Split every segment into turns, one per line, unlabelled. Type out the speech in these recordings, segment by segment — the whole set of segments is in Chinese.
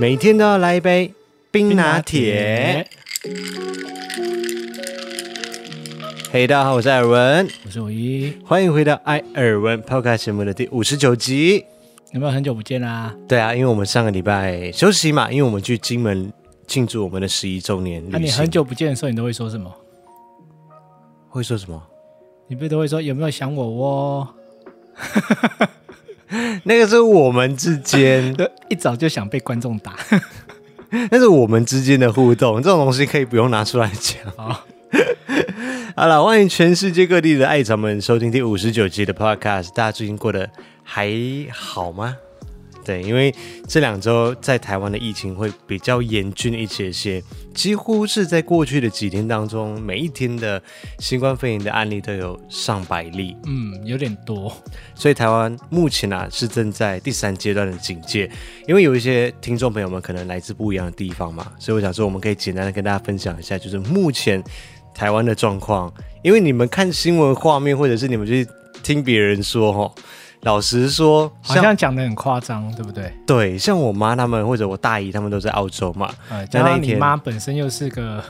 每天都要来一杯冰拿铁。，嘿，大家好，我是艾尔文，
我是五一，
欢迎回到艾尔文 Podcast 节目的第五十九集。
有没有很久不见啦？
对啊，因为我们上个礼拜休息嘛，因为我们去金门庆祝我们的十一周年旅行。
那、啊你很久不见的时候，你都会说什么？
会说什么？
你不是都会说有没有想我哦？
那个是我们之间，
对，一早就想被观众打。
那是我们之间的互动，这种东西可以不用拿出来讲。
好，
好了，欢迎全世界各地的爱长们收听第五十九集的 Podcast。大家最近过得还好吗？对，因为这两周在台湾的疫情会比较严峻一些些，几乎是在过去的几天当中，每一天的新冠肺炎的案例都有上百例，
嗯，有点多。
所以台湾目前啊是正在第三阶段的警戒，因为有一些听众朋友们可能来自不一样的地方嘛，所以我想说我们可以简单的跟大家分享一下，就是目前台湾的状况，因为你们看新闻画面或者是你们去听别人说 吼，老实说，
好像讲的很夸张，对不对？
对像我妈他们或者我大姨他们都在澳洲嘛，
呃，加
那那一
上你
天
妈本身又是个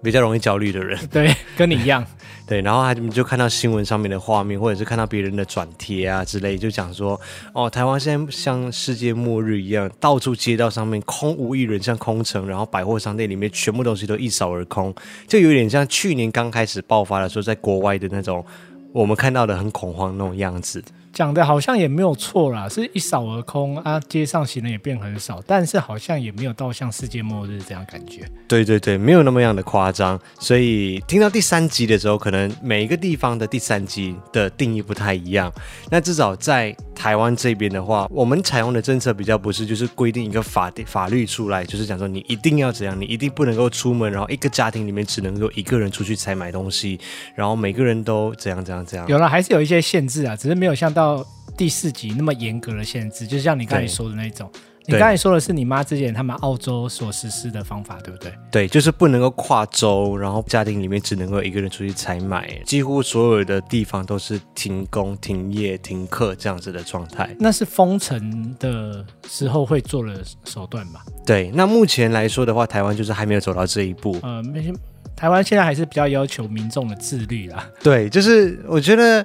比较容易焦虑的人，
对， 跟你一样，
对，然后他们就看到新闻上面的画面，或者是看到别人的转贴啊之类，就讲说，哦，台湾现在像世界末日一样，到处街道上面空无一人，像空城，然后百货商店里面全部东西都一扫而空，就有点像去年刚开始爆发的时候，在国外的那种我们看到的很恐慌那种样子。
讲的好像也没有错啦，是一扫而空啊，街上行人也变很少，但是好像也没有到像世界末日这样感觉。
对对对，没有那么样的夸张。所以听到第三集的时候，可能每一个地方的第三集的定义不太一样。那至少在台湾这边的话，我们采用的政策比较不是就是规定一个法定法律出来，就是讲说你一定要怎样，你一定不能够出门，然后一个家庭里面只能够一个人出去采买东西，然后每个人都怎样怎样怎样。
有了，还是有一些限制啊，只是没有像到第四集那么严格的限制，就像你刚才
对
说的那种。你
对
刚才说的是你妈之前他们澳洲所实施的方法，对不对？
对，就是不能够跨州，然后家庭里面只能够一个人出去采买，几乎所有的地方都是停工、停业、停课这样子的状态。
那是封城的时候会做的手段吧？
对，那目前来说的话，台湾就是还没有走到这一步。
呃，没些台湾现在还是比较要求民众的自律 啦。
对，就是我觉得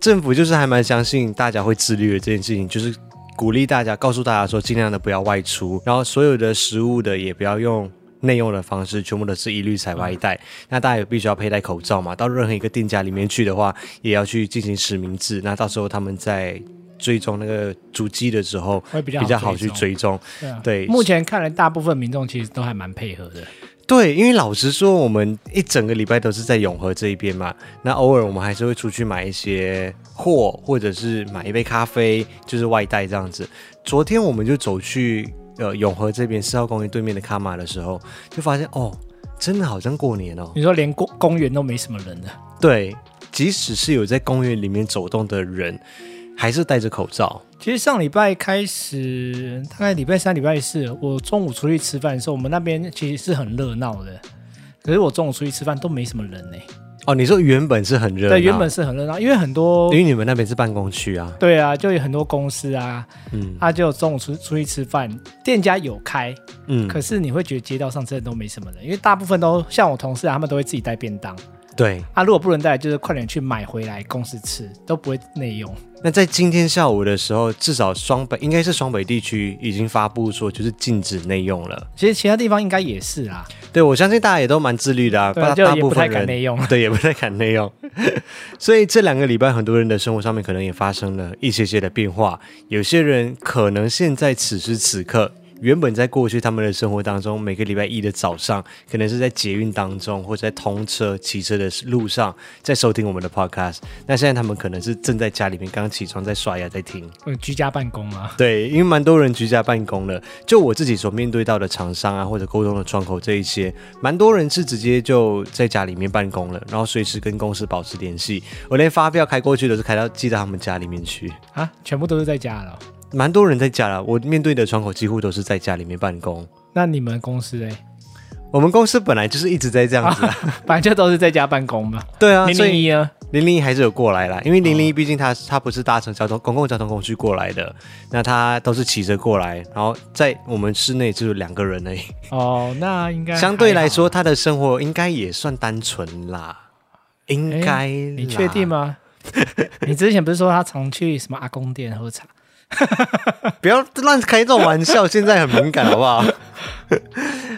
政府就是还蛮相信大家会自律的这件事情，就是鼓励大家，告诉大家说尽量的不要外出，然后所有的食物的也不要用。内用的方式全部都是一律采外
嗯
带，那大家也必须要佩戴口罩嘛。到任何一个店家里面去的话，也要去进行实名制。那到时候他们在追踪那个足迹的时候，
会比较
比较好去
踪。
追踪。
对啊
对
目前看来大部分民众其实都还蛮配合的。
对，因为老实说，我们一整个礼拜都是在永和这一边嘛。那偶尔我们还是会出去买一些货，或者是买一杯咖啡，就是外带这样子。昨天我们就走去呃永和这边四号公园对面的卡玛的时候，就发现哦，真的好像过年哦。
你说连公公园都没什么人了，
对，即使是有在公园里面走动的人，还是戴着口罩。
其实上礼拜开始，大概礼拜三、礼拜四，我中午出去吃饭的时候，我们那边其实是很热闹的。可是我中午出去吃饭都没什么人呢、
哦，你说原本是很热闹，
对，原本是很热闹，因为很多
因为你们那边是办公区啊，
对啊，就有很多公司啊，
嗯
他就中午出出去吃饭，店家有开，
嗯，
可是你会觉得街道上真的都没什么人，因为大部分都像我同事啊，他们都会自己带便当
对。
啊，如果不能带，就是快点去买回来公司吃，都不会内用。
那在今天下午的时候，至少双北应该是双北地区已经发布说就是禁止内用了。
其实其他地方应该也是啦，
对我相信大家也都蛮自律的、啊，
对啊，
大
就
大
也
部
不太
分
敢
人
内用。
对也不太敢内用。 所以这两个礼拜，很多人的生活上面可能也发生了一些些的变化。有些人可能现在此时此刻。原本在过去他们的生活当中，每个礼拜一的早上，可能是在捷运当中，或者在通车、骑车的路上，在收听我们的 podcast。那现在他们可能是正在家里面刚起床，在刷牙，在听。
呃，居家办公啊，
对，因为蛮多人居家办公了，就我自己所面对到的厂商啊，或者沟通的窗口这一些，蛮多人是直接就在家里面办公了，然后随时跟公司保持联系。我连发票开过去都是开到寄到他们家里面去，
啊，全部都是在家了哦。
蛮多人在家了。我面对的窗口几乎都是在家里面办公。
那你们公司嘞？
我们公司本来就是一直在这样子、啊，
反正就都是在家办公嘛。
对啊，
零
所
零
以
一哦啊，
零零一还是有过来啦，因为零零一毕竟他他不是搭乘交通公共交通工具过来的，那他都是骑着过来，然后在我们室内只有两个人而已，
哦，那应该
相对来说
还好，
他的生活应该也算单纯啦，应该啦、
你确定吗？ 你之前不是说他常去什么阿公店喝茶？
哦不要乱开这种玩笑，现在很敏感，好不好？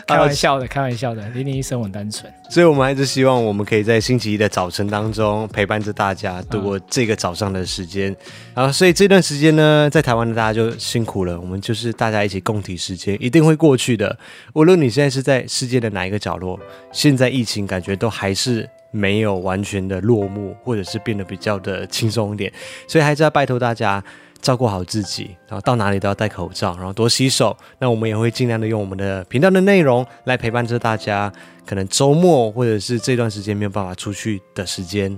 开玩笑的，开玩笑的，零零一生活很单纯。
所以我们还是希望我们可以在星期一的早晨当中陪伴着大家度过这个早上的时间。然后，所以这段时间呢，在台湾的大家就辛苦了，我们就是大家一起共体时间，一定会过去的。无论你现在是在世界的哪一个角落，现在疫情感觉都还是。没有完全的落幕，或者是变得比较的轻松一点，所以还是要拜托大家照顾好自己，然后到哪里都要戴口罩，然后多洗手。那我们也会尽量的用我们的频道的内容来陪伴着大家，可能周末或者是这段时间没有办法出去的时间。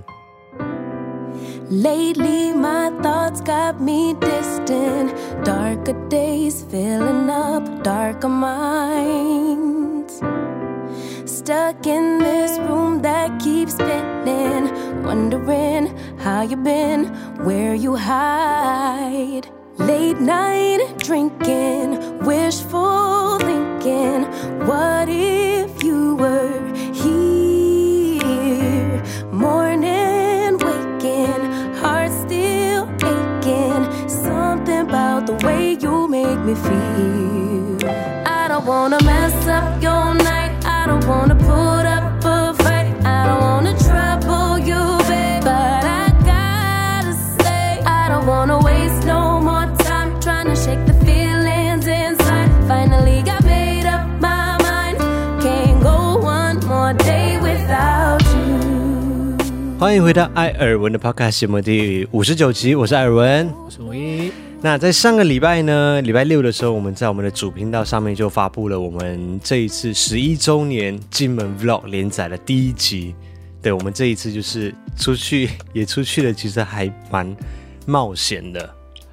Lately, my thoughts got me distant. Darker days filling up darker minds. Stuck in this room that keeps spinning, wondering how you been, where you hide. Late night drinking, wishful thinking. What if you were here? Morning waking, heart still aching. Something about the way you make me feel. I don't wanna mess up your night. I don't wanna put up a fight. I don't wanna trouble you, babe. But I gotta say, I don't wanna waste no more time trying to shake the feelings inside. Finally got made up my mind. Can't go one more day without you.
欢迎回到艾尔文的 Podcast 节目第五十九集，我是艾尔文。
我属于
那在上个礼拜呢，礼拜六的时候，我们在我们的主频道上面就发布了我们这一次十一周年金门 Vlog 连载的第一集。对我们这一次就是出去也出去了，其实还蛮冒险的。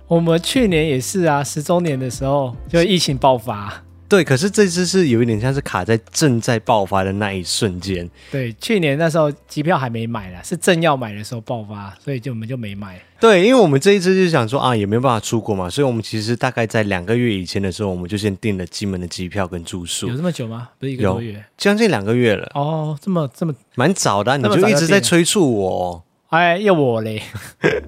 我们去年也是啊，十周年的时候就疫情爆发。
对，可是这次是有一点像是卡在正在爆发的那一瞬间，
对，去年那时候机票还没买啦，是正要买的时候爆发，所以就我们就没买。
对，因为我们这一次就想说啊，也没有办法出国嘛，所以我们其实大概在两个月以前的时候，我们就先订了金门的机票跟住宿
有，这么久吗？不是一个
有
多月？
将近两个月了，
哦，这么这么，
蛮早的啊、你
那么
就
早
一
就
直在
订了
催促我哦、
哎，要我嘞。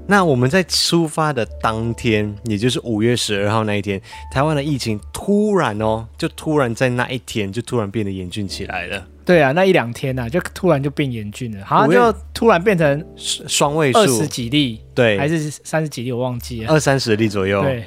那我们在出发的当天，也就是五月十二号那一天，台湾的疫情突然哦，就突然在那一天就突然变得严峻起来了，
对啊，那一两天呐、啊，就突然就变严峻了，好像
我也
就突然变成
双双位
二十
数，
几例，
对
还是三十几例，我忘记了。
二三十例哎左右。
对，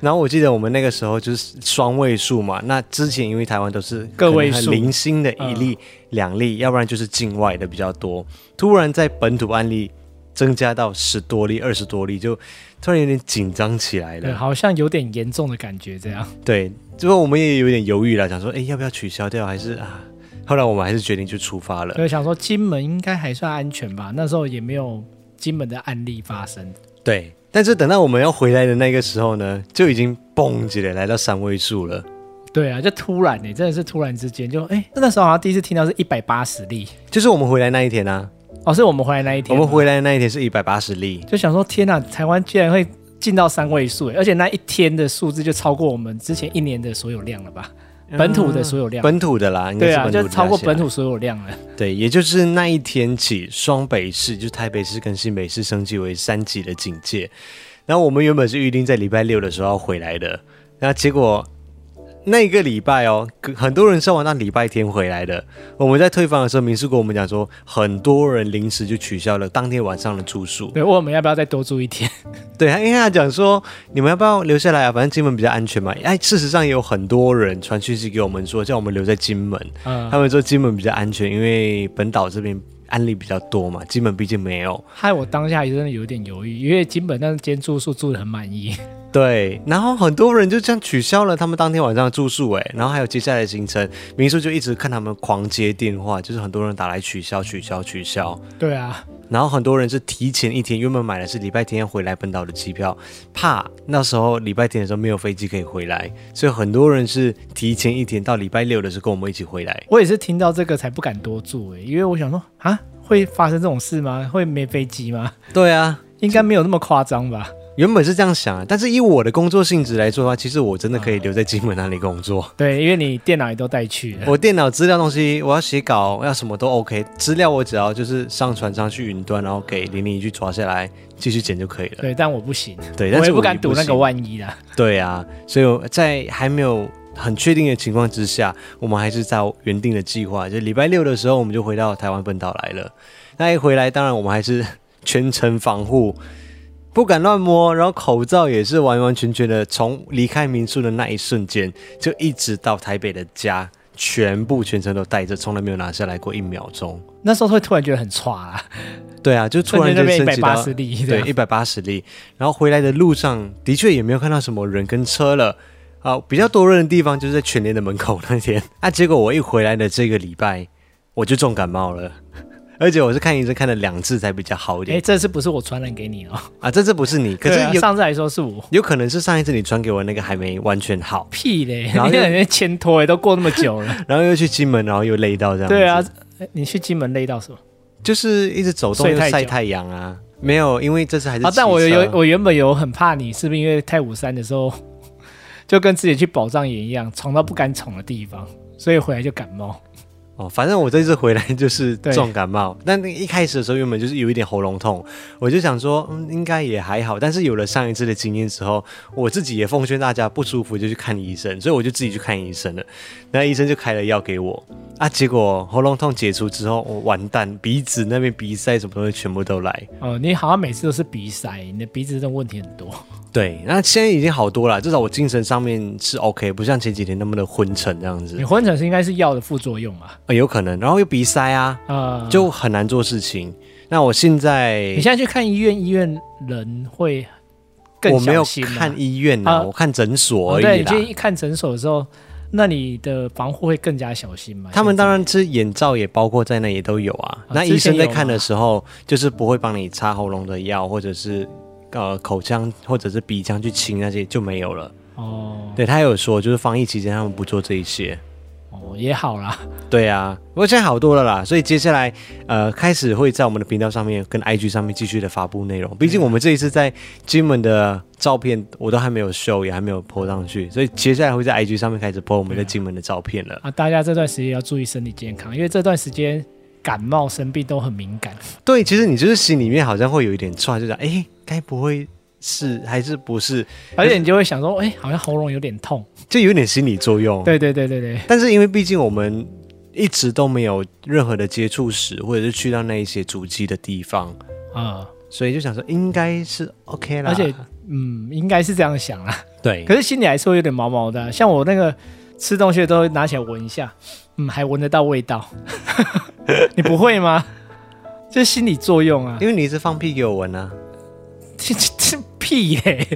然后我记得我们那个时候就是双位数嘛，那之前因为台湾都是
个位
可能
数
零星的一例、
嗯
两例，要不然就是境外的比较多。突然在本土案例增加到十多例、二十多例，就突然有点紧张起来
对，啊
了。
好像有点严重的感觉这样。
对，最后我们也有点犹豫了，想说，哎，要不要取消掉？还是啊？后来我们还是决定就出发了。
所以想说金门应该还算安全吧，那时候也没有金门的案例发生。
对，但是等到我们要回来的那个时候呢，就已经蹦起来来到三位数了。
对啊，就突然呢、真的是突然之间就哎、那时候好像第一次听到是一百八十例，
就是我们回来那一天啊，
哦，是我们回来那一
我
天，
们回来的那一天是一百八十例，
就想说天呐、台湾居然会进到三位数、哎而且那一天的数字就超过我们之前一年的所有量了吧，
嗯
本土的所有量。
本土的啦，应该
对
是
啊，
本土
就
的
超过
加起来
本。土所有量了。
对，也就是那一天起，双北市就台北市跟新北市升级为三级的警戒。然后我们原本是预定在礼拜六的时候要回来的，那结果那个礼拜哦，很多人是玩到礼拜天回来的。我们在退房的时候，民宿跟我们讲说，很多人临时就取消了当天晚上的住宿。
对，问我们要不要再多住一天？
对，他因为他讲说你们要不要留下来啊？反正金门比较安全嘛。哎，事实上也有很多人传讯息给我们说，叫我们留在金门。
嗯
他，们说金门比较安全，因为本岛这边案例比较多嘛，金门毕竟没有。
害我当下也真的有点犹豫，因为金本那间住宿住的很 满意。
对，然后很多人就这样取消了他们当天晚上的住宿，哎，然后还有接下来的行程，民宿就一直看他们狂接电话，就是很多人打来取消、取消、取消。
对啊，
然后很多人是提前一天，原本买的是礼拜天要回来本岛的机票，怕那时候礼拜天的时候没有飞机可以回来，所以很多人是提前一天到礼拜六的时候跟我们一起回来。
我也是听到这个才不敢多做、欸，因为我想说啊，会发生这种事吗？会没飞机吗？
对啊，
应该没有那么夸张吧？
原本是这样想，但是以我的工作性质来说的话，其实我真的可以留在金门那里工作。
对，因为你电脑也都带去 了。
我电脑资料东西，我要写稿，要什么都 OK。资料我只要就是上传上去云端，然后给林玲一句抓下来，继续剪就可以了。
对，但我不行，
对，但
我
是
也不敢赌那
行
个万一啦。
对啊，所以我在还没有很确定的情况之下，我们还是照原定的计划，就礼拜六的时候我们就回到台湾本岛来了。那一回来，当然我们还是全程防护，不敢乱摸，然后口罩也是完完全全的，从离开民宿的那一瞬间就一直到台北的家，全部全程都戴着，从来没有拿下来过一秒钟。
那时候会突然觉得很歘啦，
对啊，就突然间升级到
瞬间就变180例这
对，
样
一百八十例。然后回来的路上，的确也没有看到什么人跟车了。啊，比较多人的地方就是在全联的门口那天。 啊，结果我一回来的这个礼拜，我就重感冒了， 而且我是看医生看了两次才比较好一
哎、
点。
这次不是我传染给你哦、
啊，这次不是你，可是
对啊
有、
上次还说是我，
有可能是上一次你传给我那个还没完全 好，
屁嘞！
然后
你
就
感觉牵拖哎，都过那么久了。
然后又去金门，然后又累 到这样。
对啊，，诶你去金门累到什么？
就是一直走动
睡
又
太久
晒太阳啊。没有，因为这次还是
啊，但我
骑车
有有我原本有很怕你，是不是因为太武山的时候， 就跟自己去宝藏岩一样，闯到不敢闯的地方，所以回来就感冒。
哦，反正我这次回来 就是
对
重感冒，但那一开始的时候原本就是有一点喉咙痛，我就想说，嗯，应该也还好。但是有了上一次的经验之后，我自己也奉劝大家，不舒服就去看医生，所以我就自己去看医生了。那医生就开了药给我啊，结果喉咙痛解除之后，我、完蛋，鼻子那边鼻塞什么东西全部都来。
哦，你好像每次都是鼻塞，你的鼻子真的问题很多。
对，那现在已经好多了，至少我精神上面是 OK，不像前几天那么的昏沉这样子
你、昏沉是应该是药的副作用嘛？
呃有可能。然后又鼻塞啊，
啊、
就很难做事情。那我现在
你现在去看医院，医院人会更
我没
小
有
心、啊。
看医院呐、
啊
我看诊所
哦，
而
对，
已
你
啦。
去看诊所的时候，那你的防护会更加小心嘛？
他们
现在
当然是眼罩也包括在内，也都有啊。
啊
那医
之前
生在
有
看的
吗
时候，就是不会帮你擦喉咙的药，或者是呃口腔或者是鼻腔去清那些就没有了。
哦
对他有说，就是防疫期间他们不做这一些。
哦也好啦，
对啊，不过现在好多了啦，所以接下来呃开始会在我们的频道上面跟 IG 上面继续的发布内容。毕竟我们这一次在金门的照片我都还没有 show，也还没有 po 上去，所以接下来会在 IG 上面开始 po 我们在金门的照片了。
啊，大家这段时间要注意身体健康，因为这段时间感冒生病都很敏感。
对，其实你就是心里面好像会有一点串，就想哎，该不会是还是不是，
而且你就会想说，哎、好像喉咙有点痛。
就有点心理作用。
对对对对对，
但是因为毕竟我们一直都没有任何的接触史，或者是去到那一些足迹的地方，
啊、
所以就想说应该是 OK 啦。嗯
而且嗯，应该是这样想啦。
对
可是心里还是会有点毛毛的啊、像我那个吃东西的都会拿起来闻一下，嗯，还闻得到味 道。你不会吗？这是心理作用啊，
因为你一直放屁给我闻啊，
这这这屁嘞、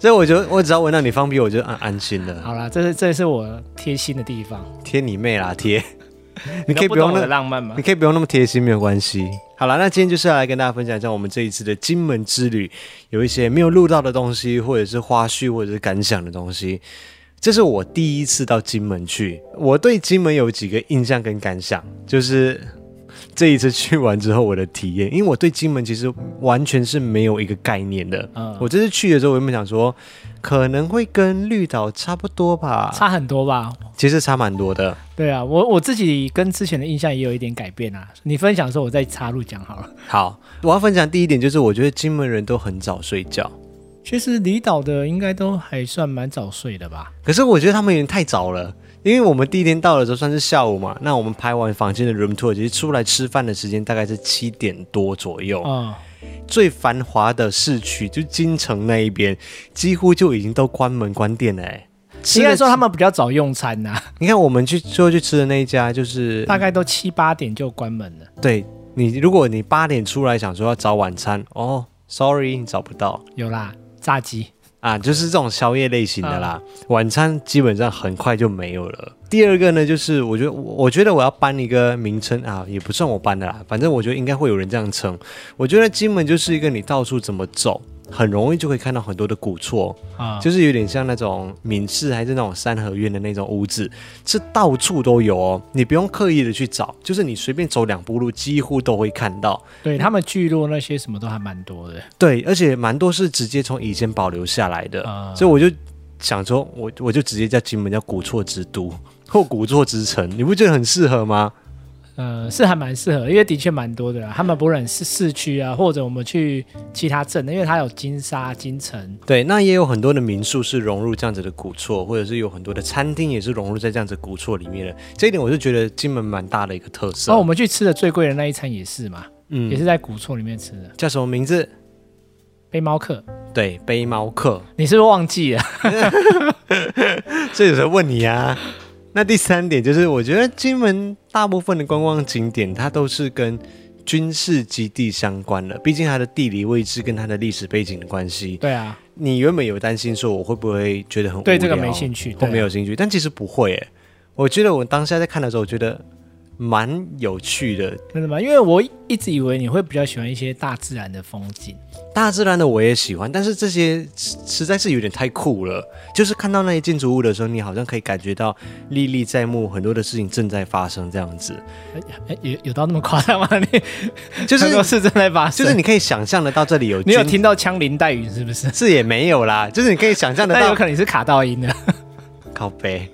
所以我就我只要闻到你放屁，我就安安心了。
好啦，这是这是我贴心的地方。
贴你妹啦， 贴！你可以
都
不用
懂我的
那，
浪漫吗
你？可以不用那么贴心，没有关系。好了，那今天就是要来跟大家分享一下我们这一次的金门之旅，有一些没有录到的东西，或者是花絮，或者是感想的东西。这是我第一次到金门去，我对金门有几个印象跟感想，就是这一次去完之后我的体验，因为我对金门其实完全是没有一个概念的。
嗯
我这次去的时候，我原本想说可能会跟绿岛差不多吧，
差很多吧？
其实差蛮多的。
对啊，我我自己跟之前的印象也有一点改变啊。你分享的时候，我再插入讲好了。
好，我要分享第一点就是，我觉得金门人都很早睡觉，
其实离岛的应该都还算蛮早睡的吧？
可是我觉得他们有点太早了。因为我们第一天到的时候算是下午嘛，那我们拍完房间的 room tour，其实出来吃饭的时间大概是七点多左右。
嗯，
最繁华的市区，就金城那一边，几乎就已经都关门关店了、欸。
应该说他
们，
们比较早用餐呐、
你看我们去最后去吃的那一家，就是
大概都七八点就关门了。
对你，如果你八点出来想说要找晚餐，哦，sorry，你找不到
有啦，炸鸡
啊，就是这种宵夜类型的啦。晚餐基本上很快就没有了。第二个呢，就是我觉得我我觉得我要颁一个名称啊，也不算我颁的啦，反正我觉得应该会有人这样称。我觉得金门就是一个你到处怎么走，很容易就会看到很多的古厝，
啊，
就是有点像那种闽式还是那种三合院的那种屋子，是到处都有哦，你不用刻意的去找，就是你随便走两步路，几乎都会看到。
对他们聚落那些什么都还蛮多的，
对，而且蛮多是直接从以前保留下来的，
啊
所以我就想说，我我就直接叫金门叫古厝之都或古厝之城，你不觉得很适合吗？
呃，是还蛮适合，因为的确蛮多的啦。他们不论是市区啊，或者我们去其他镇的，因为它有金沙、金城，
对，那也有很多的民宿是融入这样子的古厝，或者是有很多的餐厅也是融入在这样子古厝里面的。这一点我就觉得金门蛮大的一个特色。
然哦后我们去吃的最贵的那一餐也是嘛，也
啊嗯，
是在古厝里面吃的
叫什么名字？
背猫客。
对，背猫客。
你是不是忘记了？
这有时候问你啊。那第三点就是，我觉得金门大部分的观光景点，它都是跟军事基地相关的，毕竟它的地理位置跟它的历史背景的关系。
对啊，
你原本有担心说我会不会觉得很无聊，
对这个没兴趣
或
对啊
没有兴趣，但其实不会诶。我觉得我当下在看的时候，我觉得蛮有趣的。
真的吗？因为我一直以为你会比较喜欢一些大自然的风景。
大自然的我也喜欢，但是这些实实在是有点太酷了。就是看到那些建筑物的时候，你好像可以感觉到历历在目，很多的事情正在发生这样子。
哎有有到那么夸 张吗？你
就是
很多事正在发
就
生，
是你可以想象得到这里有
你有
军
听到枪林弹雨是 不是？
是也没有啦，就是你可以想象得
但有
到
可能你是卡到音的。
靠背，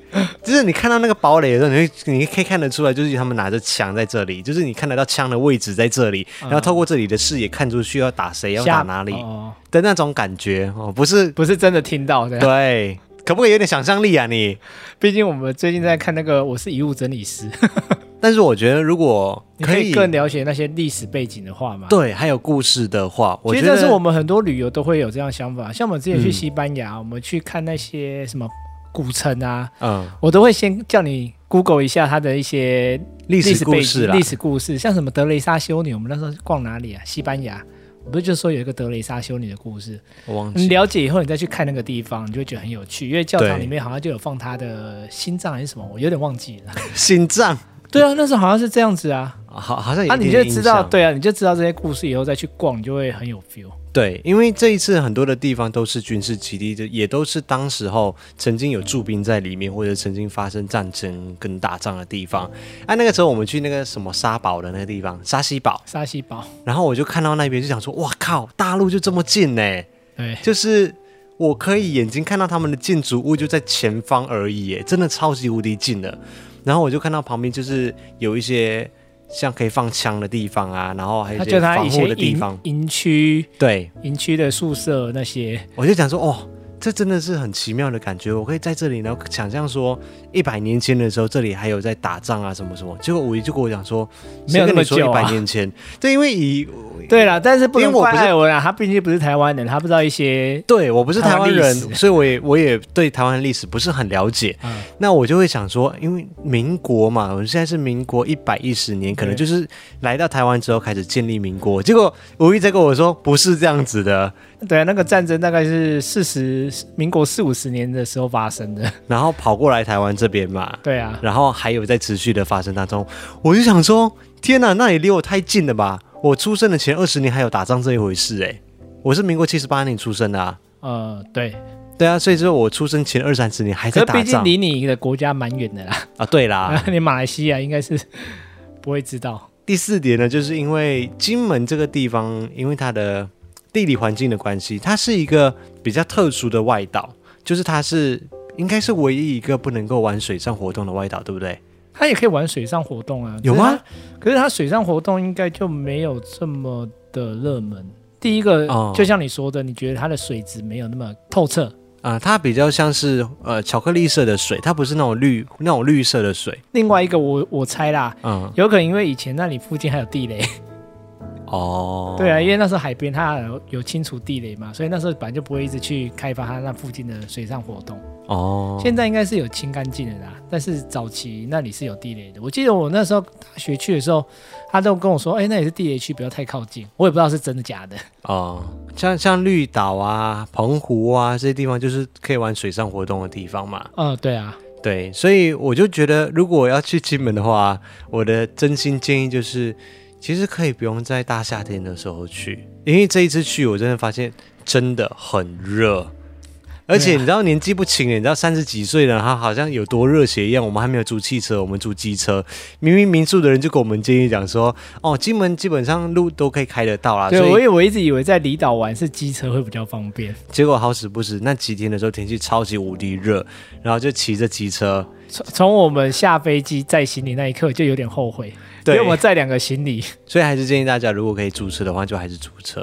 就是你看到那个堡垒的时候，你会你可以看得出来，就是他们拿着枪在这里，就是你看得到枪的位置在这里，然后透过这里的视野看出去要打谁要打
下
哪里
嗯哦，
的那种感觉哦，不是
不是真的听到的。
对，啊可不可以有点想象力啊你？
毕竟我们最近在看那个《我是遗物整 理师》，
但是我觉得如果
你可以更了解那些历史背景的话嘛。，
对还有故事的话，我
其
觉
实
得
这是我们很多旅游都会有这样想法。像我们之前去
嗯
西班牙，我们去看那些什么古城啊，
嗯
我都会先叫你 Google 一下它的一些
历
历
史
史
故
背
事
景、
啦
历，史故事，像什么德雷莎修女，我们那时候逛哪里啊？西班牙。我不是就说有一个德雷莎修女的故事，
我忘
你
记
了解以后，你再去看那个地方，你就会觉得很有趣，因为教堂
对
里面好像就有放她的心脏还是什么，我有点忘记 了。
心脏，
对啊，那时候好像是这样子啊。
好好像有
啊，
一点
你就
点
知
印
道，
象
对啊，你就知道这些故事以后再去逛，你就会很有 feel。
对，因为这一次很多的地方都是军事基地，这也都是当时候曾经有驻兵在里面，或者曾经发生战争跟打仗的地方。啊，那个时候我们去那个什么沙堡的那个地方，沙西堡，
沙西堡，
然后我就看到那边就想说，哇靠，大陆就这么近呢、
对，
就是我可以眼睛看到他们的建筑物就在前方而已耶，真的超级无敌近的。然后我就看到旁边就是有一些像可以放枪的地方啊，然后还有
他
一些
就他
防
以
护
前
的地方
营，营区
对。
营区的宿舍那些，
我就想说，哦，这真的是很奇妙的感觉。我可以在这里，然后想象说，一百年前的时候，这里还有在打仗啊，什么什么。结果五一就跟我讲说，
没有那么
谁跟你
久
说一
啊
百年前，对，因为以
对啦，但是不
因
能
为我不
怪
是
艾文啊，他毕竟不是台湾人，他不知道一些，
对我不是台
台湾
湾
历
人，
史
所以我也我也对台湾历史不是很了解。
嗯
那我就会想说，因为民国嘛，我们现在是民国一百一十年，可能
对
就是来到台湾之后开始建立民国。结果五一在跟我说，不是这样子的。
对啊，那个战争大概是四十民国四五十年的时候发生的，
然后跑过来台湾这边嘛，
对啊，
然后还有在持续的发生当中，我就想说，天哪，那也离我太近了吧！我出生的前二十年还有打仗这一回事哎、我是民国七十八年出生的啊，
呃，对，
对啊，所以说我出生前二三十年还
可
在
是
打
毕竟
仗
离你的国家蛮远的啦，
啊，对啦。
你马来西亚应该是 不会知道，
第四点呢，就是因为金门这个地方，因为它的地理环境的关系，它是一个比较特殊的外岛，就是它是应该是唯一一个不能够玩水上活动的外岛，对不对？
他也可以玩水上活动啊，
有吗
可是它？可是它水上活动应该就没有这么的热门。第一个，
哦
就像你说的，你觉得它的水质没有那么透彻。
啊、它比较像是呃巧克力色的水，它不是那种绿那种绿色的水，
另外一个我，我猜啦，
嗯，
有可能因为以前那里附近还有地雷，
哦，
对啊，因为那时候海边它有有清除地雷嘛，所以那时候本来就不会一直去开发它那附近的水上活动。
哦，
现在应该是有清干净的啦，但是早期那里是有地雷的。我记得我那时候大学去的时候，他都跟我说，哎、那里是地雷区，不要太靠近。我也不知道是真的假的。
哦，像像绿岛啊、澎湖啊这些地方，就是可以玩水上活动的地方嘛。
嗯，对啊，
对，所以我就觉得，如果要去金门的话，我的真心建议就是，其实可以不用在大夏天的时候去，因为这一次去，我真的发现真的很热。而
啊
且你知道年纪不轻了，你知道三十几岁了，他好像有多热血一样。我们还没有租汽车，我们租机车。明明民宿的人就给我们建议讲说，哦，金门基本上路都可以开得到啦。
对，
啊所以
我以我一直以为在离岛玩是机车会比较方便，
结果好死不死，那几天的时候天气超级无敌热，然后就骑着机车，
从从我们下飞机载行李那一刻就有点后悔，因
对
为我们载两个行 李，
所以还是建议大家，如果可以租车的话，就还是租车，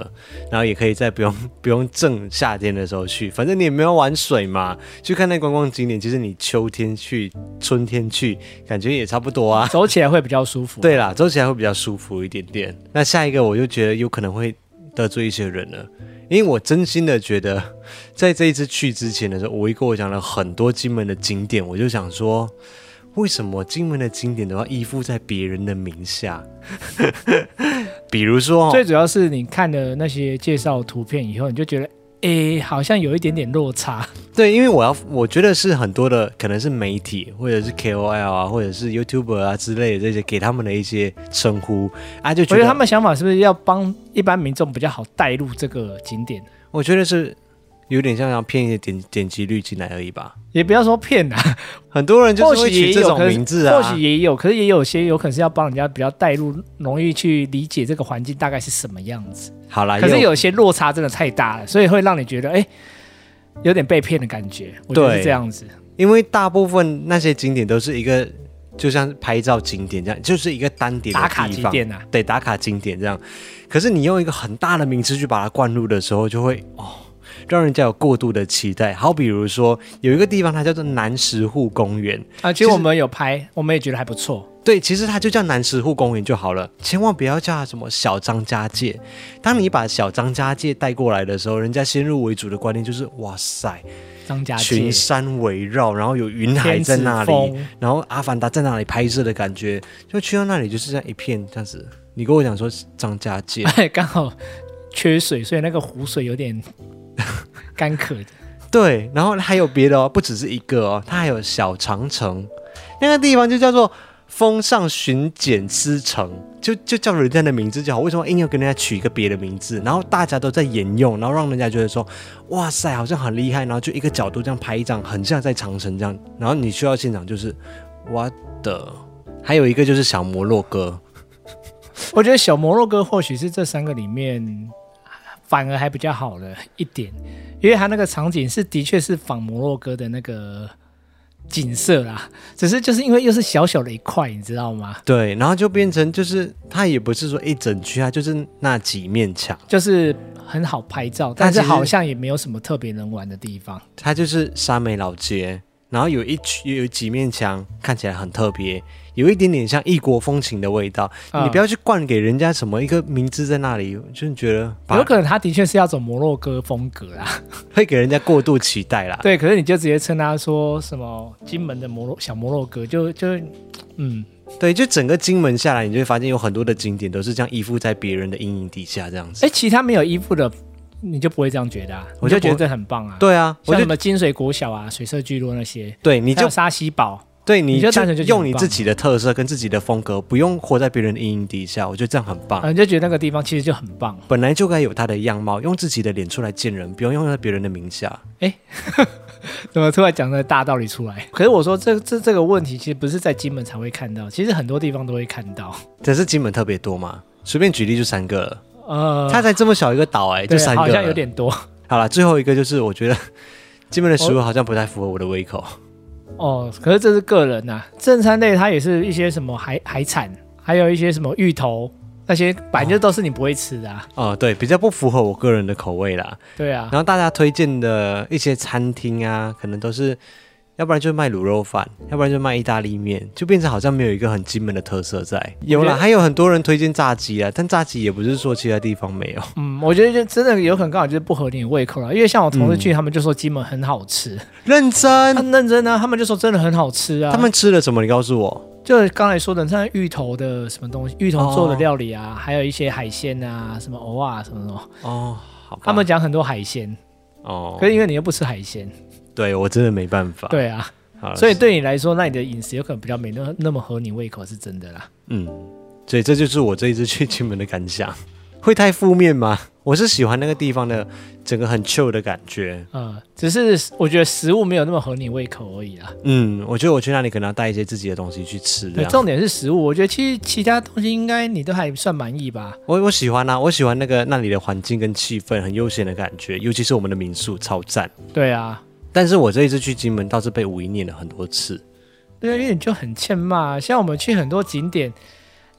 然后也可以在不用 不用正夏天的时候去，反正你也没有玩水嘛，去看那观光景点，其实你秋天去、春天去，感觉也差不多啊。
走起来会比较舒服。，
对啦，走起来会比较舒服一点点。那下一个我就觉得有可能会得罪一些人了，因为我真心的觉得， 在这一次去之前的时候，我一跟我讲了很多金门的景点，我就想说，为什么金门的景点都要依附在别人的名下？ 比如说、
最
哦，
主要是你看了那些介绍图片以后，你就觉得。诶，好像有一点点落差，
对，因为我要我觉得是很多的，可能是媒体或者是 KOL 啊，或者是 YouTuber 啊之类的这些给他们的一些称呼啊，就觉
我觉
得
得他们想法是不是要帮一般民众比较好带入这个景点？
我觉得是有点像要骗一些点点击率进来而已吧。
也不要说骗啊，
很多人 就
或
是
许
会
也
取这
有，
种
可
名字
是
啊，
或许也有，可是也有些有可能是要帮人家比较带入，容易去理解这个环境大概是什么样子。
好啦，
可是
啊也
有些落差真的太大了，所以会让你觉得哎、有点被骗的感觉。我觉得是
对
这样子，
因为大部分那些景点都是一个，就像拍照景点这样，就是一个单点的
打卡
地
景
方
点啊，
对，打卡景点这样。可是你用一个很大的名词去把它灌入的时候，就会哦，让人家有过度的期待。好，比如说有一个地方，它叫做南石户公园，
啊，其
其
实
实
我们有拍，我们也觉得还不错。
对，其实它就叫南石户公园就好了，千万不要叫它什么小张家界。当你把小张家界带过来的时候，人家先入为主的观念就是哇塞，
张家界
群山围绕，然后有云海
天
在
子
那里，
峰，
然后阿凡达在那里拍摄的感觉，就去到那里就是这样一片这样子。你跟我讲说是张家界，
刚好缺水，所以那个湖水 有点干渴的。
对，然后还有别的哦，不只是一个哦，它还有小长城，那个地方就叫做风尚巡检司城，就就叫人家的名字就好。为什么硬要跟人家取一个别的名字？然后大家都在沿用，然后让人家觉得说，哇塞，好像很厉害，然后就一个角度这样拍一张，很像在长城这样。然后你去到现场就是，我的，还有一个就是小摩洛哥。
我觉得小摩洛哥或许是这三个里面反而还比较好的一点，因为它那个场景是的确是仿摩洛哥的那个景色啦，只是就是因为又是小小的一块，你知道吗？
对，然后就变成就是它也不是说一整区啊，就是那几面墙，
就是很好拍照，
但
但是
其实
好像也没有什么特别能玩的地方。
它就是沙美老街，然后有一区有几面墙看起来很特别，有一点点像异国风情的味道。
啊
你不要去灌给人家什么一个名字在那里，就是觉得把
有可能他的确是要走摩洛哥风格啦，
会给人家过度期待啦。
对，可是你就直接称他说什么金门的摩洛小摩洛哥，就就嗯，
对，就整个金门下来，你就会发现有很多的景点都是这样依附在别人的阴影底下这样子。
哎，其他没有衣服的，你就不会这样觉得、啊，
我
你就
就
觉得
不会
这很棒啊。
对啊，我
像
就
什么金水国小啊、水社聚落那些，
对你
你
就
就沙西堡，
对
你
你
就
就
单纯就觉得
用
很
你
棒
自己的特色跟自己的风格，不用活在别人的阴影底下，我觉得这样很棒。
嗯，就觉得那个地方其实就很棒。啊
本来就该有他的样貌，用自己的脸出来见人，不用用在别人的名下。
怎么突然讲那个大道理出来？可是我说这这这个问题，其实不是在金门才会看到，其实很多地方都会看到。
可是金门特别多嘛，随便举例就三个了。
呃，
它才这么小一个岛哎、
对
就三个了。
好像有点多
好了，最后一个就是我觉得 金门的食物好像不太符合我的胃口。
哦。可是这是个人呐、啊，正餐类它也是一些什么海海产，还有一些什么芋头那些，反正就都是你不会吃的、啊。
哦、对，比较不符合我个人的口味啦。
对啊
然，后大家推荐的一些餐厅啊，可能都是。要不然就卖卤肉饭，要不然就卖意大利面，就变成好像没有一个很金门的特色在。有
我觉
啦，
得
还有很多人推荐炸鸡啊，但炸鸡也不是说其他地方没有。
嗯，我觉得就真的有可能刚好就是不合你的胃口啊了，因为像我同事
嗯
去，他们就说金门很好吃，
认真
很 认真啊，他们就说真的很好吃啊。
嗯他们吃了什么？你告诉我。
就刚才说的，像芋头的什么东西，芋头做的
哦
料理啊，还有一些海鲜啊，什么藕啊，什么什么，
哦，好吧。
他们讲很多海鲜，
哦
可，是因为你又不吃海鲜，
对我真的没办法。
对啊，
好了，
所以对你来说，那你的饮食有可能比较没那那么合你胃口，是真的啦。
嗯，所以这就是我这一次去金门的感想。 会太负面吗？我是喜欢那个地方的整个很 chill 的感觉。
嗯，只是我觉得食物没有那么合你胃口而已啦。
嗯，我觉得我去那里可能要带一些自己的东西去吃。这
对，
样
重点是食物，我觉得其实其他东西应该你都还算满意吧。
我我喜欢啊，我喜欢那个那里的环境跟气氛，很悠闲的感觉，尤其是我们的民宿超赞。
对啊，
但是我这一次去金门倒是被五一念了很多次。
对啊，因为你就很欠骂。啊像我们去很多景点，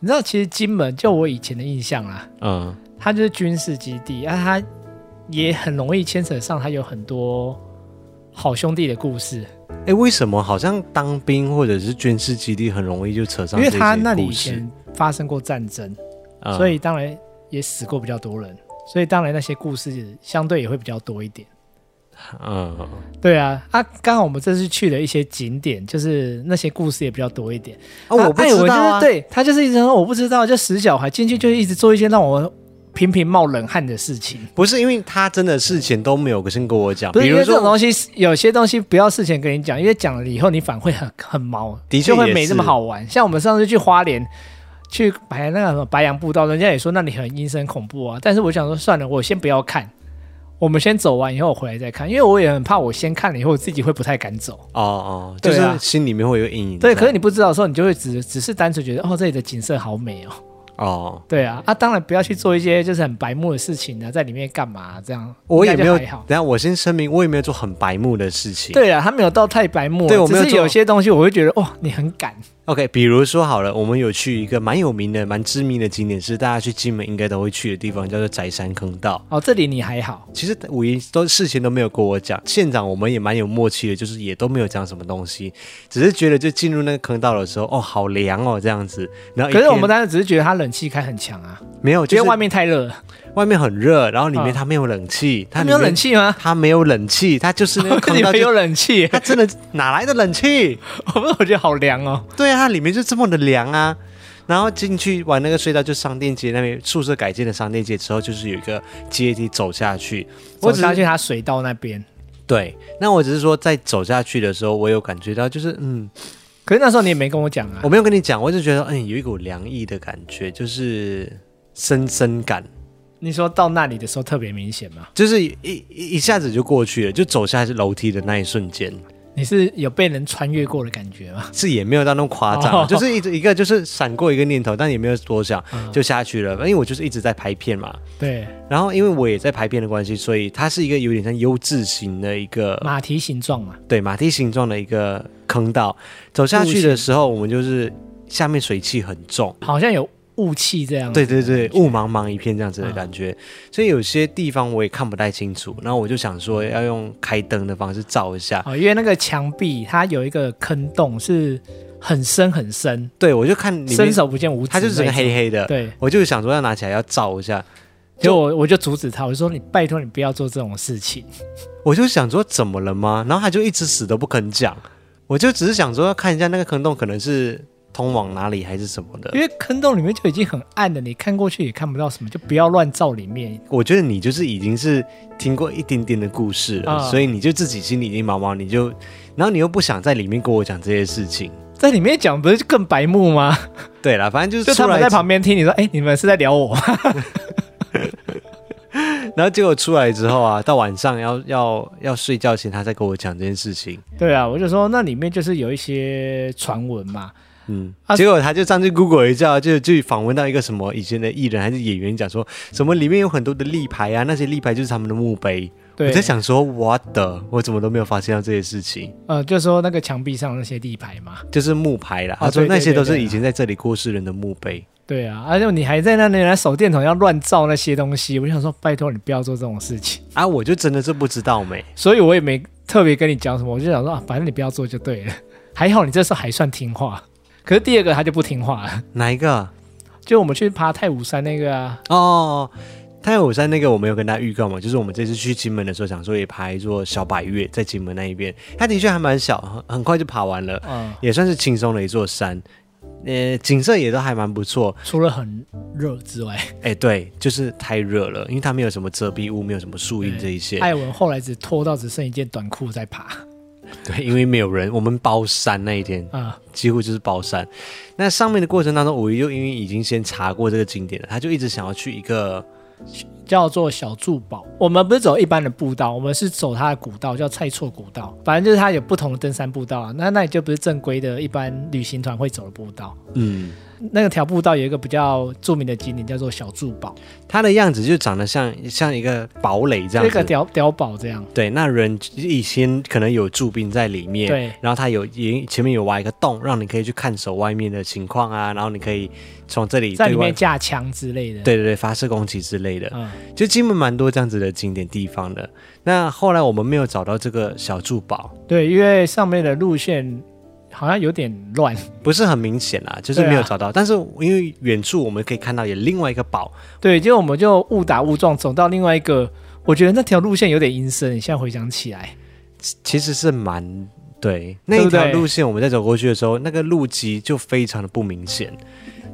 你知道，其实金门就我以前的印象啦，
嗯，
它就是军事基地，啊，它也很容易牵扯上它有很多好兄弟的故事，
哎，为什么好像当兵或者是军事基地很容易就扯
因
上
为
这些
它那里
故
以
事
前发生过战争，
嗯
所以当然也死过比较多人，所以当然那些故事相对也会比较多一点。
嗯，
对啊，啊，刚好我们这次去了一些景点，就是那些故事也比较多一点。
啊，我不
艾
知
文
道
就是
啊，
对他就是一直说哦我不知道，就死小孩进去就一直做一些让我频频冒冷汗的事情。
不是因为他真的事前都没有先跟我讲，
不是
比
因
如
为这种
说
东西，有些东西不要事前跟你讲，因为讲了以后你反馈很很毛，
的确
就会
也
没那么
是
好玩。像我们上次去花莲，去白那个什么白杨步道，人家也说那里很阴森恐怖啊。但是我想说算了，我先不要看，我们先走完以后我回来再看，因为我也很怕我先看了以后我自己会不太敢走。
哦哦，就是
对啊
心里面会有阴影在。
对，可是你不知道的时候，你就会只只是单纯觉得哦这里的景色好美哦。
哦，
对啊，啊，当然不要去做一些就是很白目的事情啊，在里面干嘛啊、这样？
我也
应该
没
就
有，
还好
等。一下我先声明，我也没有做很白目的事情。
对啊，他没有到太白目啊，
对我没有
只是
做
有些东西我会觉得哇，你很敢。
OK，比如说好了，我们有去一个蛮有名的、蛮知名的景点，是大家去金门应该都会去的地方，叫做宅山坑道。
哦，这里你还好，
其实五一都事前都没有跟我讲，县长我们也蛮有默契的，就是也都没有讲什么东西，只是觉得就进入那个坑道的时候，哦，好凉哦这样子。然后一
可是我们
天
当时只是觉得它冷气开很强啊，
没有，
觉
就
得
是
外面太热了。
外面很热，然后里面
啊
它没有冷气，
它
它
没有
里面
冷，气 吗？
它没有冷气，它就是那个
里
坑道
面
就
有冷气，
它真的哪来的冷气？
我我觉得好凉哦。
对啊，它里面就这么的凉啊。然后进去玩那个隧道，就商店街那边宿舍改建的商店街之后，就是有一个阶梯走下去。我
我
只
只要
是
去它水道那边，
对，那我只是说在走下去的时候，我有感觉到，就是嗯，
可是那时候你也没跟我讲啊
我。没有跟你讲，我就觉得嗯，有一股凉意的感觉，就是深深感，
你说到那里的时候特别明显吗？
就是一一一下子就过去了，就走下楼梯的那一瞬间，
你是有被人穿越过的感觉吗？
是也没有到那么夸张，啊
哦
就是一直一个就是闪过一个念头，但也没有多想，
嗯
就下去了。因为我就是一直在拍片嘛，
对，
然后因为我也在拍片的关系，所以它是一个有点像 U 字形的一个
马蹄形状嘛。
对马蹄形状的一个坑道。走下去的时候，我们就是下面水汽很重，
好像有雾气这样。
对对对，雾茫茫一片这样子的感
嗯
觉，所以有些地方我也看不太清楚。然后我就想说哎要用开灯的方式照一下，
哦，因为那个墙壁它有一个坑洞，是很深很深，
对我就看里
伸
面，
手不见五指，
它就是整个黑。黑的，
对，
我就想说要拿起来要照一下，
就我我就阻止他，我就说你拜托你不要做这种事情。
我就想说怎么了吗？然后他就一直死都不肯讲，我就只是想说要看一下那个坑洞可能是通往哪里还是什么的
因。为坑洞里面就已经很暗了，你看过去也看不到什么，就不要乱照里面。
我觉得你就是已经是听过一点点的故事了，
啊
所以你就自己心里已经毛毛，你就，然后你又不想在里面跟我讲这些事情。
在里面讲不是更白目 吗？
对啦，反正就
就是
出
他们
来
在，旁边听你说，哎、你们是在聊我 吗？
然后结果出来之后啊，到晚上要要要睡觉前，他再跟我讲这件事情。
对啊，我就说那里面就是有一些传闻嘛。
嗯，
啊
结果他就上去 Google 一下，就就访问到一个什么以前的艺人还是演员，讲说什么里面有很多的立牌啊，那些立牌就是他们的墓碑。
对，
我在，想说，what the，我怎么都没有发现到这些事情，
呃，就说那个墙壁上那些立牌嘛。
就是木牌啦。啊
哦
他说
对对
那些都
对
是
对
以前在这里过世人的墓碑。
对啊，而、且你还在那里拿手电筒要乱照那些东西，我就想说，拜托你不要做这种事情。
啊，我就真的是不知道没。
所以我也没特别跟你讲什么，我就想说啊，反正你不要做就对了。 还好你这时候还算听话，可是第二个他就不听话了。
哪一个？
就我们去爬太武山那个啊，
哦，太有山那个我们有跟大家预告嘛，就是我们这次去金门的时候，想说也爬一座小百岳，在金门那一边，它的确还蛮小，很很快就爬完了，
嗯，
也算是轻松的一座山。呃，景色也都还蛮不错。
除了很热之外，
哎，对，就是太热了，因为它没有
哎
什么遮蔽物，没有什么树荫这一些。
艾文后来只脱到只剩一件短裤在爬，
对，因为没有人，我们包山那一天
啊，
几乎就是包山。那上面的过程当中，五一就因为已经先查过这个景点了，他就一直想要去一个
叫做小筑堡。我们不是走一般的步道，我们是走它的古道，叫蔡厝古道。反正就是它有不同的登山步道啊，那那里就不是正规的一般旅行团会走的步道。
嗯，
那个条步道有一个比较著名的景点叫做小筑堡，
它的样子就长得像像一个堡垒这样
那
子。
个碉碉堡这样。
对，那人以前可能有驻兵在里面，
对
然后他有也前面有挖一个洞，让你可以去看守外面的情况啊，然后你可以从这里
在
对
里
外
面，架枪之类的。，
对对对，发射攻击之类的，
嗯，
就金门蛮多这样子的景点地方的。那后来我们没有找到这个小筑堡，
对，因为上面的路线好像有点乱，
不是很明显啦，就是
对啊
没有找到。但是因为远处我们可以看到有另外一个堡，
对，结果我们就误打误撞走到另外一个，我觉得那条路线有点阴森，现在回想起来，
其实是蛮对那
对
一
不对
条路线，我们在走过去的时候，那个路基就非常的不明显。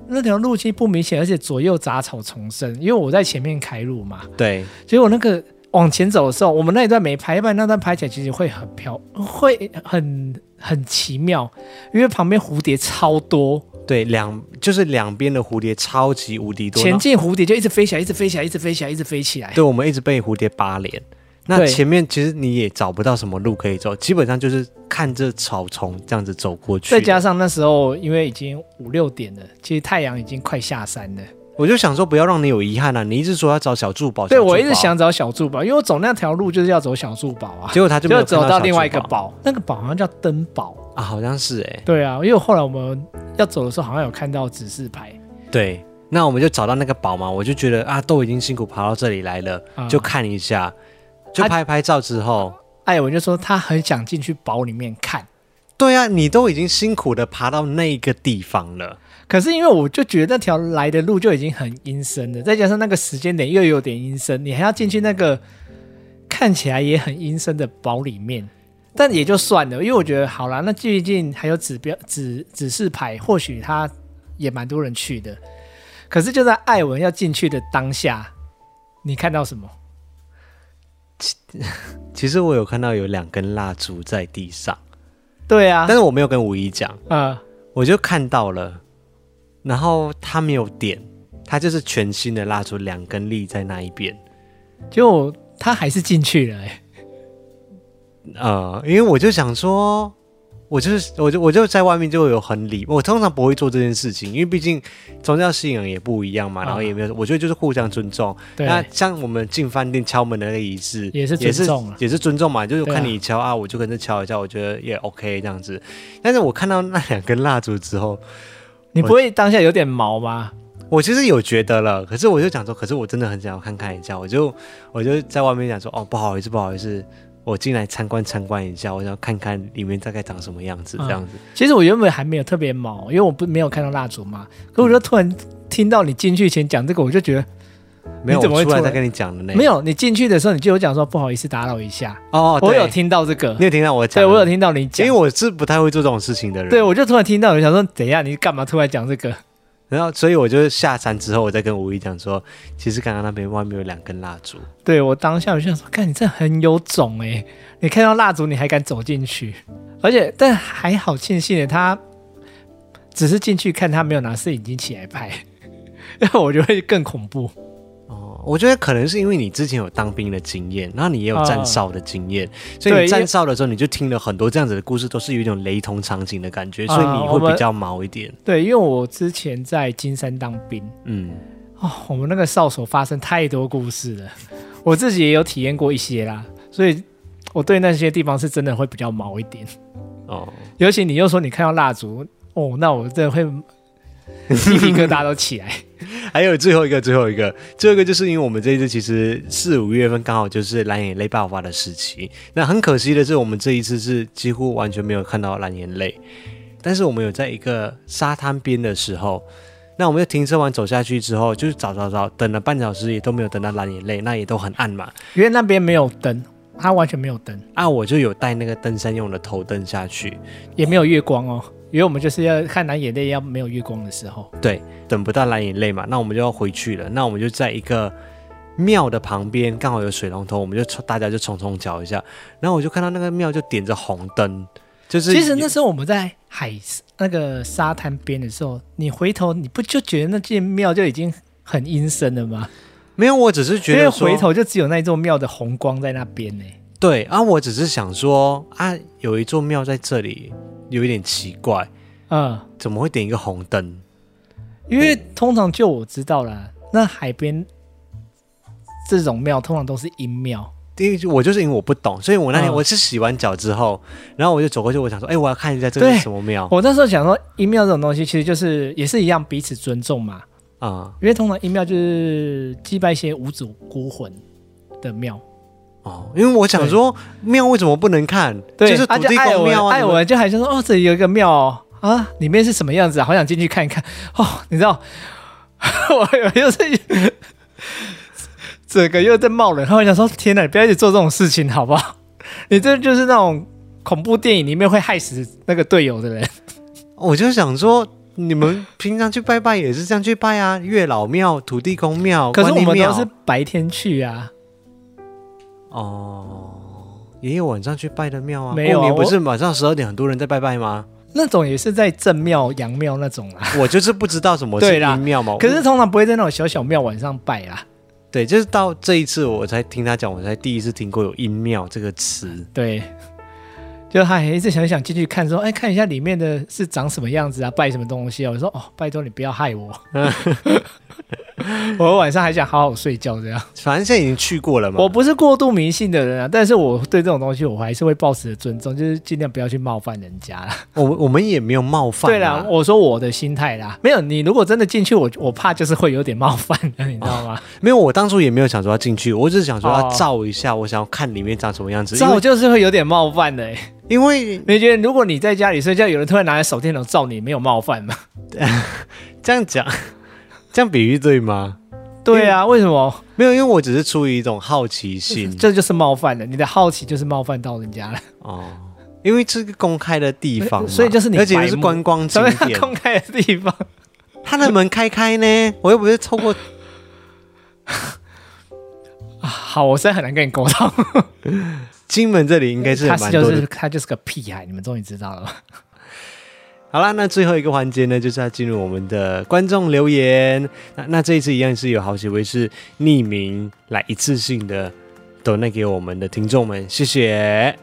那条路径不明显，而且左右杂草丛生，因为我在前面开路嘛，
对，
结果那个。往前走的时候，我们那一段没拍，要不然那段拍起来其实会很飘，会很很奇妙，因为旁边蝴蝶超多，
对，两就是两边的蝴蝶超级无敌多，
前
然后
进蝴蝶就一直飞起来，一直飞起来，一直飞起来，一直飞起来。
对我们一直被蝴蝶扒脸。那
哎对
前面其实你也找不到什么路可以走，基本上就是看着草丛这样子走过去。
再加上那时候因为已经五六点了，其实太阳已经快下山了。
我就想说，不要让你有遗憾啊！你一直说要找小筑堡，
对
哦小筑
我一直
堡，
想找小筑堡，因为我走那条路就是要走小筑堡啊，
结果他就没有
就走
看到
到
小
另外一
筑
个
堡
堡，那个堡好像叫登堡。
啊，好像是哎、
对啊，因为后来我们要走的时候好像有看到指示牌，
对，那我们就找到那个堡嘛，我就觉得啊，都已经辛苦爬到这里来了，
啊
就看一下，就拍拍照之后，
艾文就说他很想进去堡里面看，
对啊，你都已经辛苦的爬到那个地方了，
可是因为我就觉得那条来的路就已经很阴森了，再加上那个时间点又有点阴森，你还要进去那个看起来也很阴森的堡里面，但也就算了，因为我觉得好啦，那毕竟还有指标指指示牌，或许他也蛮多人去的。可是就在艾文要进去的当下，你看到什么？
其实我有看到有两根蜡烛在地上，
对啊
但，是我没有跟五一讲，
呃，
我就看到了，然后他没有点，他就是全新的蜡烛，两根立在那一边。
就他还是进去了、欸，
呃，因为我就想说，我就是我就我就在外面就有很礼，我通常不会做这件事情，因为毕竟宗教信仰也不一样嘛，然后也没有，我觉得就是互相尊重。
啊对
那像我们进饭店敲门的那个仪式，
也是
也
尊
是
重啊
也是尊重嘛，就是
对啊
看你敲啊，我就跟着敲一下，我觉得也 OK 这样子。但是我看到那两根蜡烛之后，
你不会当下有点毛吗？
我其实有觉得了，可是我就想说，可是我真的很想要看看一下，我就我就在外面讲说，哦，不好意思，不好意思，我进来参观参观一下，我想要看看里面大概长什么样子，
嗯
这样子。
其实我原本还没有特别毛，因为我不没有看到蜡烛嘛。可
嗯
我就突然听到你进去前讲这个，我就觉得
没有，
你怎么
我
会
出来
突然
再跟你讲的呢？
没有。你进去的时候，你就有讲说不好意思打扰一下，
哦，
我
对
有，听到这个
你，有听到我讲？
对我有，听到你
因
讲
为。我是不太会做这种事情的人。
对，我就突然听到，我想说，等一下，你干嘛突然讲这个？
然后所以我就下山之后，我再跟吴一讲说，其实刚刚那边外面有两根蜡烛。
对我当下我就想说，看你这很有种哎、你看到蜡烛你还敢走进去，而且但还好庆幸的他只是进去看，他没有拿摄影机起来拍， 要不我就会更恐怖。
哦，我觉得可能是因为你之前有当兵的经验，然后你也有站哨的经验，所以
嗯对
你
因
站哨的时候，你就听了很多这样子的故事，都是有一种雷同场景的感觉，所以
啊
你
我
会
们
比较毛一点。
对，因为我之前在金山当兵，
嗯，
哦，我们那个哨所发生太多故事了，我自己也有体验过一些啦，所以我对那些地方是真的会比较毛一点。
哦，
尤其你又说你看到蜡烛，哦，那我真的会鸡皮疙瘩都起来。
还有最后一个，最后一个，最后一个就是因为我们这一次其实四五月份刚好就是蓝眼泪爆发的时期，那很可惜的是，我们这一次是几乎完全没有看到蓝眼泪，但是我们有在一个沙滩边的时候。那我们就停车完走下去之后，就是找找找，等了半小时也都没有等到蓝眼泪，那也都很暗嘛。
因为那边没有灯，它完全没有灯，
啊，我就有带那个登山用的头灯下去，
也没有月光哦。因为我们就是要看蓝眼泪要没有月光的时候，
对，等不到蓝眼泪嘛，那我们就要回去了，那我们就在一个庙的旁边刚好有水龙头，我们就冲大家就冲冲脚一下，然后我就看到那个庙就点着红灯，就是
其实那
有
时候我们在海那个沙滩边的时候，你回头你不就觉得那间庙就已经很阴森了吗？
没有，我只是觉
因为
得说
回头就只有那一座庙的红光在那边呢、
对啊，我只是想说啊，有一座庙在这里，有一点奇怪，
嗯，
怎么会点一个红灯？
因为通常就我知道啦，那海边这种庙通常都是阴庙，
因为我就是因为我不懂，所以我那天
嗯
我是洗完脚之后，然后我就走过去，我想说，哎、我要看一下这个
对
是什么庙
我那时候想说，阴庙这种东西其实就是也是一样彼此尊重嘛，
啊、
因为通常阴庙就是祭拜一些无主孤魂的庙，
哦，因为我想说庙为什么不能看？
对，
就是土
啊就
地
爱
公
我
庙啊，
爱
你们
我就还想说哦，这里有一个庙哦啊，里面是什么样子啊？好想进去看一看哦， 你知道，我我就是整个又在冒冷汗，我想说天哪，你不要一直做这种事情好不好？你这就是那种恐怖电影里面会害死那个队友的人。
我就想说。你们平常去拜拜也是这样去拜啊，月老庙、土地公庙、
可是我
关帝
们
哦庙
都是白天去啊，
哦，也有晚上去拜的庙啊。
没有啊
过年不
我
是晚上十二点很多人在拜拜 吗？
那种也是在正庙、阳庙那种啦。
我就是不知道什么是
对啦
阴庙嘛。
可是
我
通常不会在那种小小庙晚上拜啊啦。
对，就是到这一次我才听他讲，我才第一次听过有阴庙这个词。
对，就他还一直想想进去看，说，哎，看一下里面的是长什么样子啊，拜什么东西啊？我说，哦，拜托你不要 害我，我晚上还想好好睡觉这样。
反正现在已经去过了嘛。
我不是过度迷信的人啊，但是我对这种东西我还是会保持着尊重，就是尽量不要去冒犯人家啦。
我们我们也没有冒 犯、啊。
对啦，我说我的心态啦，没有你如果真的进去，我我怕就是会有点冒犯的， 你知道吗？
没有，我当初也没有想说要进去，我只是想说要
哦
照一下，我想要看里面长什么样子。
照就是会有点冒犯的、欸。
因为因为
你觉得如果你在家里睡觉，有人突然拿着手电筒照你，没有冒犯吗？
这样讲， 这样比喻对吗？
对啊，为什么？
没有，因为我只是出于一种好奇心
这就是冒犯了，你的好奇就是冒犯到人家 了，
哦。因为这个公开的地方嘛，
所以就是你
而且又
白
是
目
观光景
什么
点
叫，公开的地方？
他的门开开呢，我又不是透过
好，我现在很难跟你沟通。
金门这里应该 是
他
蛮
是
多
就
的
是他就是个屁孩，你们终于知道了吧？
好啦，那最后一个环节呢，就是要进入我们的观众留言。那那这一次一样是有好几位是匿名来一次性的抖内给我们的听众们，谢谢。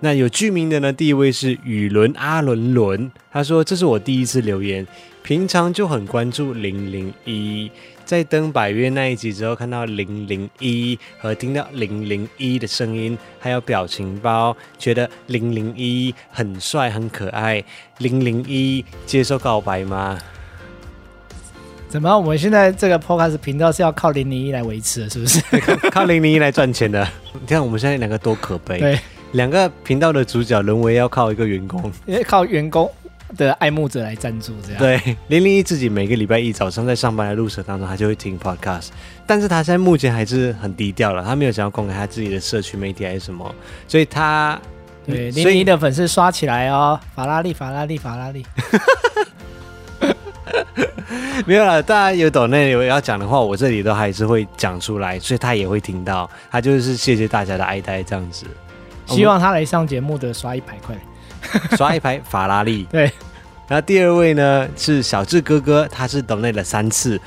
那有剧名的呢，第一位是雨伦阿伦伦，他说这是我第一次留言，平常就很关注零零一，在登百月那一集之后看到零零一和听到零零一的声音，还有表情包，觉得零零一很帅很可爱，零零一接受告白 吗？
怎么样？我们现在这个 podcast 频道是要靠零零一来维持的，是不是？
靠零零一来赚钱的，你看我们现在两个多可悲，
对，
两个频道的主角沦为要靠一个员工。
因为靠员工的爱慕者来赞助这样。
对，零零一自己每个礼拜一早上在上班的路程当中，他就会听 podcast，但是他现在目前还是很低调了，他没有想要公开他自己的社区媒体还是什么，所以他
对，
所
零零一
以
的粉丝刷起来哦！法拉利，法拉利，法拉利。
没有了。大家有懂那有要讲的话，我这里都还是会讲出来，所以他也会听到。他就是谢谢大家的爱戴这样子，
希望他来上节目的刷一百块。
刷一排法拉利。
对，
然后第二位呢是小智哥哥，他是 donate 了三次，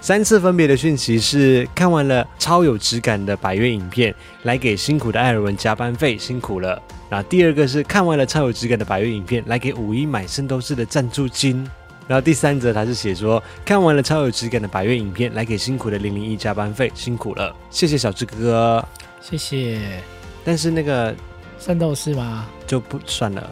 三次分别的讯息是看完了超有质感的百月影片，来给辛苦的艾尔文加班费，辛苦了。然后第二个是看完了超有质感的百月影片，来给五一买圣斗士的赞助金。然后第三则他是写说看完了超有质感的百月影片，来给辛苦的零零一加班费，辛苦了，谢谢小智哥哥。
谢谢
但是那个
圣斗士吗？
就不算了，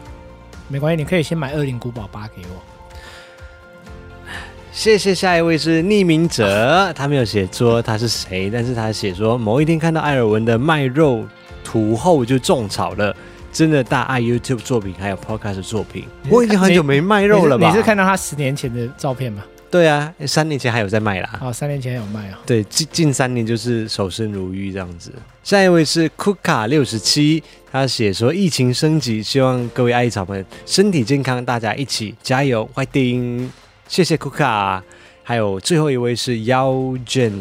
没关系，你可以先买二零古堡八给我。
谢谢下一位是匿名者，他没有写说他是谁，但是他写说某一天看到艾尔文的卖肉图后就种草了，真的大爱 YouTube 作品还有 Podcast 的作品。
你是
我已经很久没卖肉了吧？
你是？你是看到他十年前的照片吗？
对啊，三年前还有在卖啦。
哦，三年前有卖哦。
对，近近三年就是守身如玉这样子。下一位是库卡六十七，他写说疫情升级，希望各位艾草们身体健康，大家一起加油，快丁！谢谢库卡。还有最后一位是妖卷，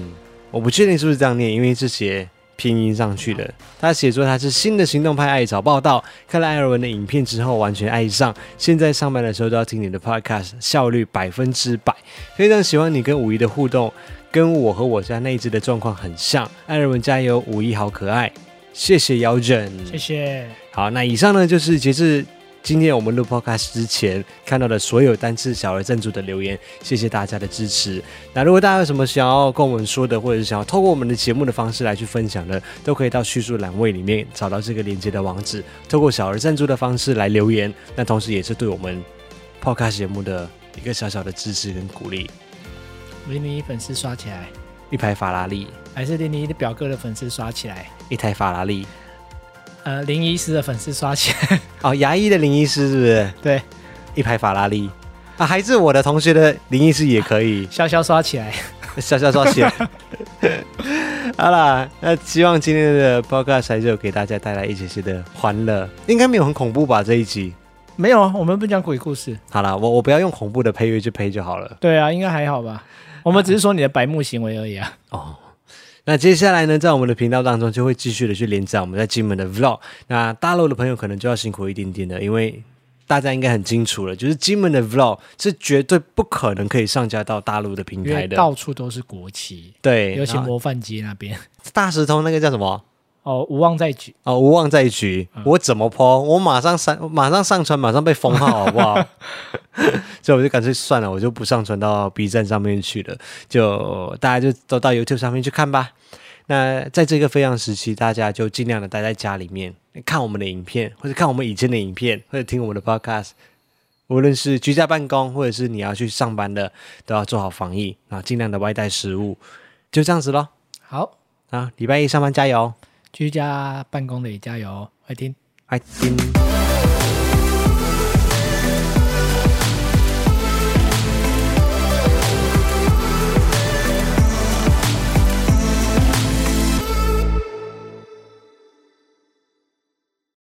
我不确定是不是这样念，因为是写拼音上去的。他写说他是新的行动派艾草报道，看了艾尔文的影片之后完全爱上，现在上班的时候都要听你的 podcast，效率百分之百，非常喜欢你跟五一的互动，跟我和我家那一只的状况很像。艾尔文加油，五一好可爱，谢谢姚枕，
谢谢。
好，那以上呢就是截至今天我们录 podcast 之前看到的所有单次小额赞助的留言，谢谢大家的支持。那如果大家有什么想要跟我们说的，或者是想要透过我们的节目的方式来去分享的，都可以到叙述栏位里面找到这个连接的网址，透过小额赞助的方式来留言，那同时也是对我们 podcast 节目的一个小小的支持跟鼓励。
零零一粉丝刷起来，
一排法拉利，
还是零零一的表哥的粉丝刷起来，
一台法拉利。
呃，零一师的粉丝刷起来。
哦，牙医的林医师是不是
对，
一排法拉利？啊，还是我的同学的林医师也可以。
潇潇刷起来。
笑笑抓起来。 好啦，那希望今天的 podcast 还是有给大家带来一些些的欢乐，应该没有很恐怖吧这一集。
没有啊，我们不讲鬼故事。
好啦，我我不要用恐怖的配乐去配就好了。
对啊，应该还好吧？我们只是说你的白目行为而已啊。
哦。那接下来呢，在我们的频道当中就会继续的去连载我们在金门的 vlog。那大陆的朋友可能就要辛苦一点点了，因为大家应该很清楚了，就是金门的 vlog 是绝对不可能可以上架到大陆的平
因
台
为
的。
到处都是国旗，
对，
尤其
然后
模范街那边。
大石头那个叫什么？
哦，无望再举。
哦，无望在举，我怎么剖？我马上删，马上上传，马上被封号，好不 好？所以我就干脆算了，我就不上传到 B 站上面去了，就大家就都到 YouTube 上面去看吧。那在这个非常时期，大家就尽量的待在家里面，看我们的影片，或者看我们以前的影片，或者听我们的 Podcast。无论是居家办公，或者是你要去上班的，都要做好防疫，然后尽量的外带食物，就这样子咯。
好，
啊，礼拜一上班加油，
哦居家办公的也加油，快听。
爱丁。